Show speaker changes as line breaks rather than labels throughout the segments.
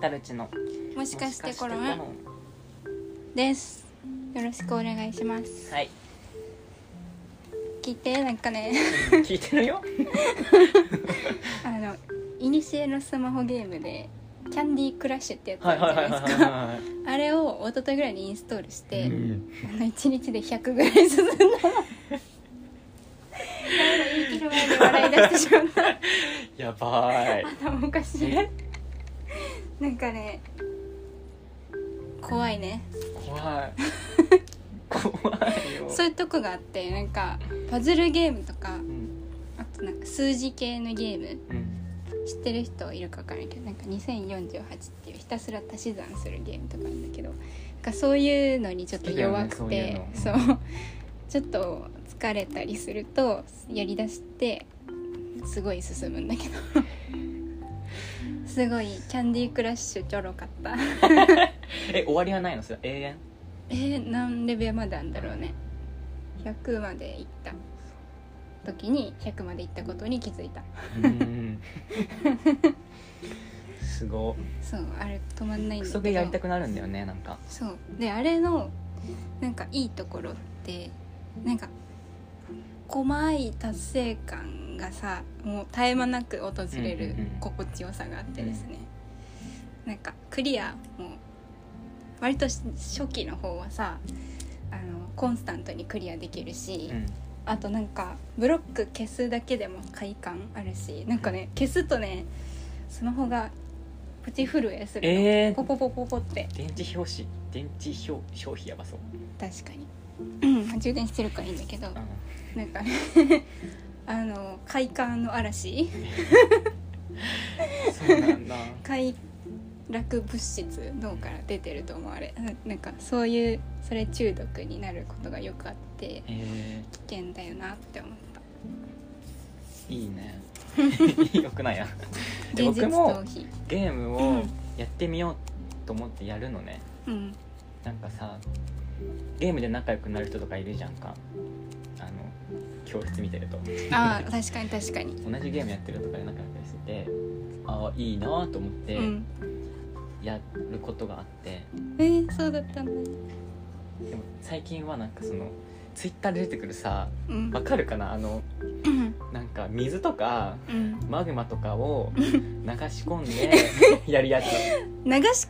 タルチの
もしかしてコロ
もし
ン
かして
ですよろしくお願いします
コロンはい
聞いてなんか ね
聞いてるよ
あの古のスマホゲームでキャンディークラッシュってやつあ
はい
るじ
はいはい
ゃな
は
いいで
はい
すか
は
あれを一昨日ぐらいにインストールし
い
て、
うん
あの1日で100ぐらい進んだのやばい言い切る前に笑い出してしまった
やばい
頭おかしいなんかね怖いね
怖い怖いよ
そういうとこがあってなんかパズルゲームとか
うん
あとなんか数字系のゲーム
うん
知ってる人いるか分からないけどなんか2048っていうひたすら足し算するゲームとかあるんだけどなんかそういうのにちょっと弱く
好きだ
て
よねそ
そううちょっと疲れたりするとやりだしてすごい進むんだけ どすごいキャンディークラッシュちょろかった
え終わりはないのそれ永遠
えー、何レベルまであんだろうね100までいった時に100までいったことに気づいた
うんすごい
そうあれ止まんないん
ク
だけ
ソ
ど
ゲーやりたくなるんだよねなんか
そうであれのなんかいいところってなんか細い達成感がさもう絶え間なく訪れ
う
る
んうんうん
心地よさがあってですね、なんかクリアも割とし初期の方はさあのコンスタントにクリアできるし、
うん
あとなんかブロック消すだけでも快感あるしなんかね消すとねスマホがプチ震えするの、
えー
ポポポポポって
電池表紙電池表消費やばそう
確かに うん充電してるからいいんだけど
う
なんかね あの快感の嵐
んそうなんだ
快楽物質脳から出てると思われななんかそういうそれ中毒になることがよくあって
え
危険だよなって思った
ー、いいね よくないやで
現実
僕も
逃避
ゲーム
う
を
ん
やってみようと思ってやるのね
うん
なんかさゲームで仲良くなる人とかいるじゃんかあの教室見てると
ああ確かに確かに
同じゲームやってるとかで仲良くなったりしててああいいなと思って
うん
やることがあって、
えー、そうだったんだ
でも最近はなんかそのツイッターで出てくるさ
うん
わかるかなあの
うん
なんか水とか
うん
マグマとかを流し込んで やるやつ
流し
流し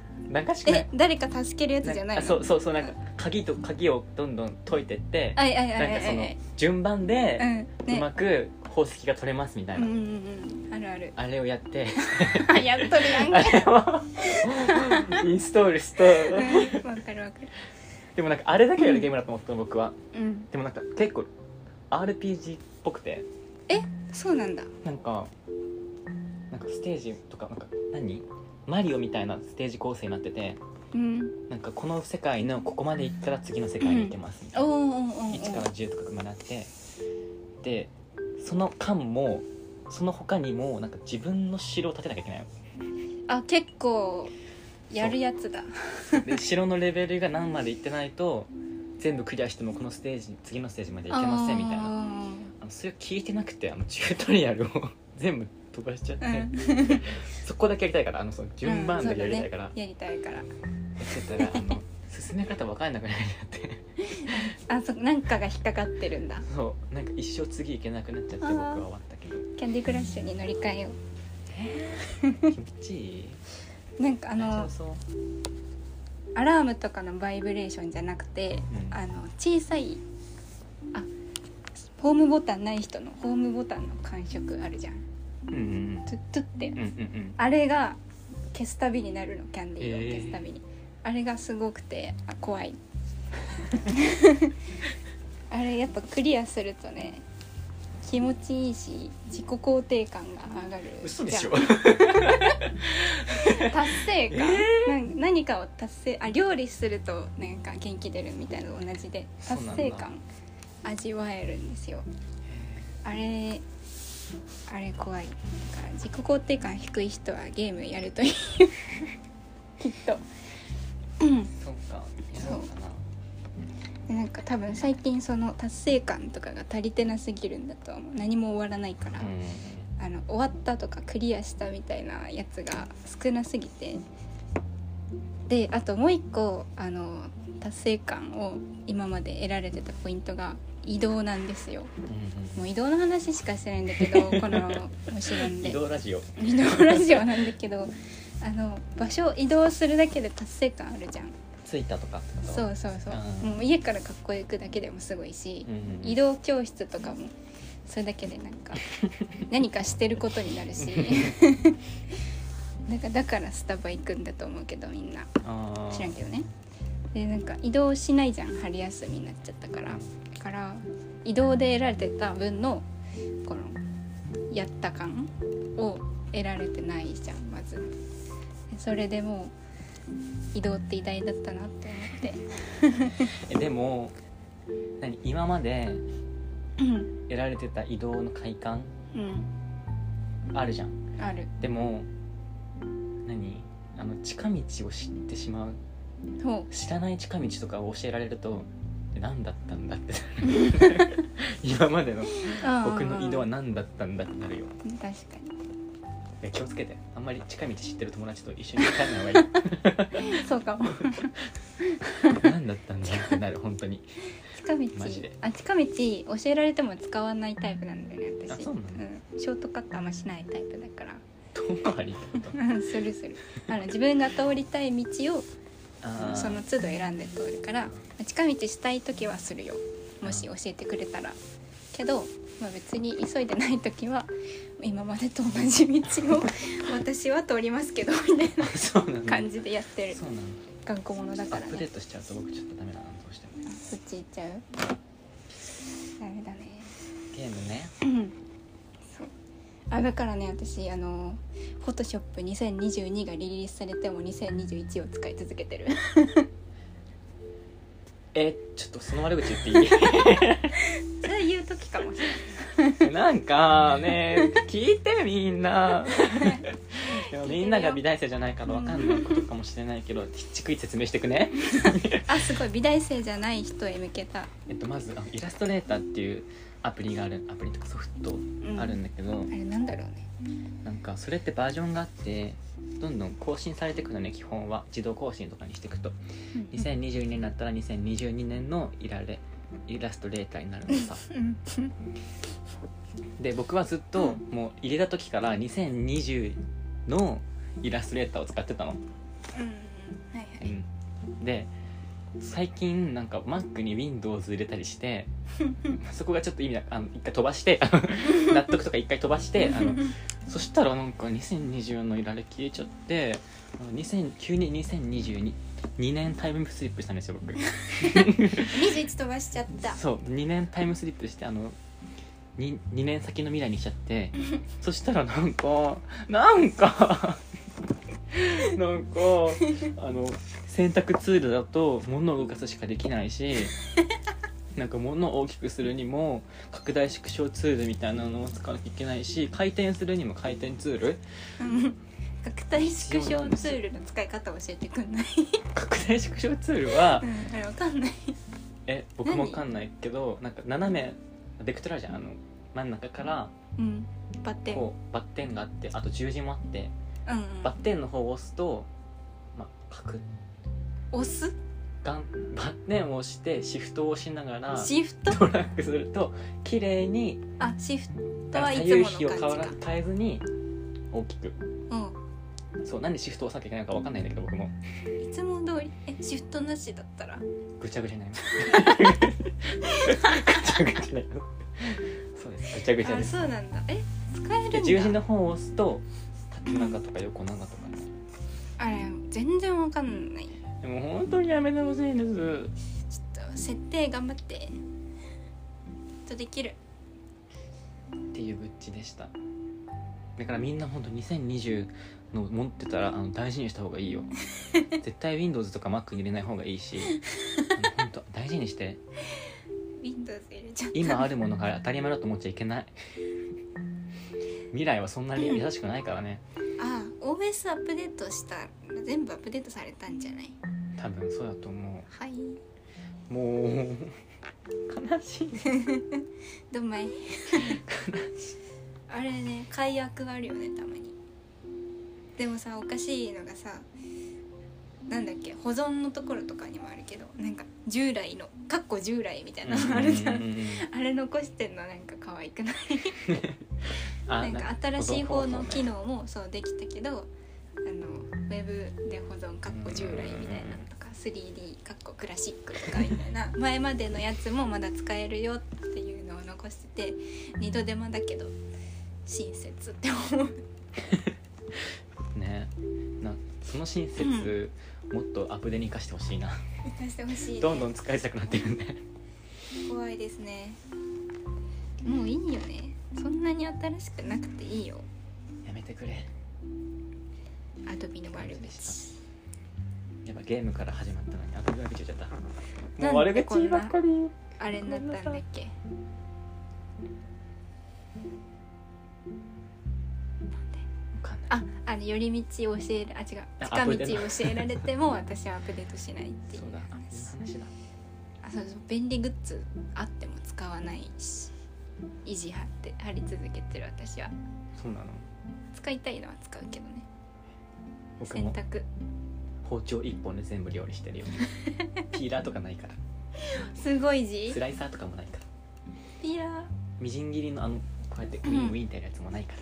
込
え
め
誰か助けるやつじゃない
あ
の
そうそうそうなんか鍵と鍵をどんどん解いてって
はいはいは
ないん
は
かそ
いは
の
い
順番
う
で
ん
うま
ね
く宝石が取れますみた
う
い
んう
なん
うんうんあるある
あれをやって
あやっとるやん
あ
け
れを インストールして
うんわかるわかる
でもなんかあれだけやるゲームだと思ったの僕は
うん
でもなんか結構 RPG っぽくて
そうなんだ
なんかなんかステージとかなんか何マリオみたいなステージ構成になってて
うん
なんかこの世界のここまで行ったら次の世界に行けますみた
おー
いな、
おーおーお
1から
ー
10とかまであってでその間もその他にもなんか自分の城を建てなきゃいけない
あ結構やるやつだ
ので城のレベルが何まで行ってないと全部クリアしてもこのステージ次のステージまで行けませんみたいな
な
あのそれを聞いてなくてあのチュートリアルを 全部飛ばしちゃって、
うん
そこだけやりたいからあのその順番だけやりたいから、
やりたいから
やってたらあの進め方分かんなくなっち ゃ
あ
って
そなんかが引っかかってるんだ
そうなんか一生次行けなくなっちゃって
あ
僕
ー
は終わったけど
キャンディークラッシュに乗り換えよ
気持ちいいう
なん かあ
大丈夫
の
そう
アラームとかのバイブレーションじゃなくて
うん
あの小さいあホームボタンない人のホームボタンの感触あるじゃん
うんうん
トゥットゥって
うんうんうん
あれが消すたびになるのキャンディーを
えー
消すたびに、あれがすごくてあ怖 いあれやっぱクリアするとね気持ちいいし自己肯定感が上がる
嘘でしょ
じゃん達成感、なん何かを達成あ料理するとなんか元気出るみたいなのと同じで
そう
達
なんだ
成感味わえるんですよあれあれ怖いだから自己肯定感低い人はゲームやるといいきっと
そ
そ
うか
う
やろうかな
でなんか多分最近その達成感とかが足りてなすぎるんだと思う何も終わらないから、
うん
あの終わったとかクリアしたみたいなやつが少なすぎてであともう一個あの達成感を今まで得られてたポイントが移動なんですよもう移動の話しかしてないんだけ どこのもちろんで
移動ラジオ
移動ラジオなんだけどあの場所を移動するだけで達成感あるじゃん
着いたとかってこと
そうそうそう
あー
もう家から学校行くだけでもすごいし
う、んうん
移動教室とかもそれだけでなん か何かしてることになるしなんかだからスタバ行くんだと思うけどみんな
あー
知らんけどねでなんか移動しないじゃん春休みになっちゃったからだから移動で得られてた分のこのやった感を得られてないじゃんまずでそれでもう移動って偉大だったなって
えでも何今まで
思 って
得られてた移動の快感
うん
あるじゃん
ある
でも何あの近道を知ってしまう
ほ
知らない近道とかを教えられるとえ何だったんだって 今までの
う
僕の移動は
うん
何だったんだってなるよ
うんうん確か
え気をつけてあんまり近道知ってる友達と一緒に帰らない方がい
に そうか も
い 何だったんだってなる本当に
近道
マジで
あ近道教えられても使わないタイプなんだよね私
あそうなの
うん、ショートカットあんましないタイプだから
遠回りってこと
うんするするあの自分が通りたい道を
あー
その都度選んで通るから近道したい時はするよもし教えてくれたらけど、まあ、別に急いでない時は今までと同じ 道を私は通りますけどみたい
あ そうなん
な
だ
感じでやってる
そうなんだ
頑固者だ
ア
から
ップデ
ね
ートしちゃうと僕ちょっとダメだなどうしてもね
そっち行っちゃうダメだね
ゲームね
うんそうあだからね私あの「フォトショップ2022」がリリースされても2021を使い続けてる
えちょっとその悪口言っていい
それ言う時かもしれない
なんかね聞いてみんなでもみんなが美大生じゃないからわかんないことかもしれないけどひっちくい説明していくね
あすごい美大生じゃない人へ向けた、
えっとまずあイラストレーターっていうアプリがあるアプリとかソフト
うん、
あるんだけど、
あれなんだろうね
なんかそれってバージョンがあってどんどん更新されていくのね基本は自動更新とかにしていくと2022年になったら2022年のイラレイラストレーターになるのさ
うん
で僕はずっともう入れた時から2020のイラストレーターを使ってたの、
うんはいは
う
い
ん、で最近なんか Mac に Windows 入れたりしてそこがちょっと意味なあの一回飛ばして 納得とか一回飛ばしてあの そしたらなんか2024のいられ消えちゃってあの2000急に2022 2年タイムスリップしたんですよ僕
21飛ばしちゃった
そう2年タイムスリップしてあの 2, 2年先の未来にしちゃってそしたらなんかなんか なんかあの洗濯ツールだと物を動かすしかできないしなんか物を大きくするにも拡大縮小ツールみたいなのを使わなきゃいけないし回転するにも回転ツール
うん拡大縮小ツールの使い方教えてくんない、
拡大縮小ツールは
うん、あれわかんない
え僕もわかんないけどなんか斜めベクトラじゃんあの真ん中から
うんバッテン
こうバッテンがあってあと十字もあって
うん
バッテンの方を押すと、まあ、カクッ
うん、押す
ガンバッテンを押してシフトを押しながら
シフト
トラックすると綺麗に
あシフトはい
左
つ
右
も
比を変わ
の
ら
感じ
変えずに大きく
か
そうなんでシフトを押さなきゃいけないのかわかんないんだけど僕も
うんいつも通りえシフトなしだったら
ぐちゃぐちゃになりますぐちゃぐちゃになりますそうですぐちゃぐちゃ
あ
です
そうなんだえ使えるん
で
だ
十字の方を押すと縦長とか横長とかね
あれ全然わかんない
でも本当にやめてほしいんです
ちょっと設定頑張ってちょっとできる
っていうグッチでしただからみんな本当2020の持ってたらあの大事にした方 がいいよ絶対 Windows とか Mac に入れない方がいいし本当大事にして
Windows 入れちゃった
今あるものが当たり前だと思っちゃいけない未来はそんなに優しくないからね
あ OS アップデートしたら全部アップデートされたんじゃない
多分そうだと思
はいう
もう悲しい
どんまいあれね解約あるよねたまにでもさおかしいのがさなんだっけ保存のところとかにもあるけどなんか従来のかっこ従来みたいなのあるじゃん、
うんうんうんうん
あれ残してんのなんか可愛くない
あ
なんか新しい方の機
能
能もそうできたけどあのウェブで保存かっこ従来みたいなのとか 3D かっこクラシックとかみたいな 前までのやつもまだ使えるよっていうのを残してて二度手間だけど親切って思う
ねなその親切、もっとアップデに生かしてほしいな
出してほしいね
どんどん使いたくなってるんで
怖いですねもういいよねそんなに新しくなくていいよ
やめてくれ
アドビの悪
感じで
口
しやっぱゲームから始まったのにアドビが出ちゃった
な
も
ん
う
で
悪口ばっかり
あれになったんだっけ
わかんない
ああの寄り道を教えるあ違
あアッ
う
プ
近
デ
道
ー
を
ト
教えられても私はアップデートしないっていう
そうだあ
話
そういう話だ
あそうそう便利グッズあっても使わないし維持張って張り続けてる私は
そうなの
使いたいのは使うけどね
僕
洗
も
濯
包丁一本で全部料理してるよピーラーとかないから
すごい字
スライサーとかもないから
ピラー
みじん切りのあのこうやってウィンウィンってやるやつもないから、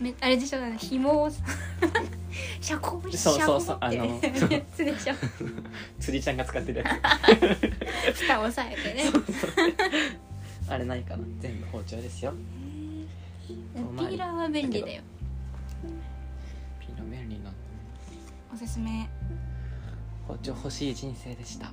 めあれでしょあの紐をさ シャコシ
そう
ャ
そ
コ
うそうあの
って やるやつでしょ
釣りちゃんが使ってるや
蓋を押さえてね
つあれないから全部包丁ですよ
うんピーラーは便利だよ
ピーラー便利な
おすすめ
包丁欲しい人生でした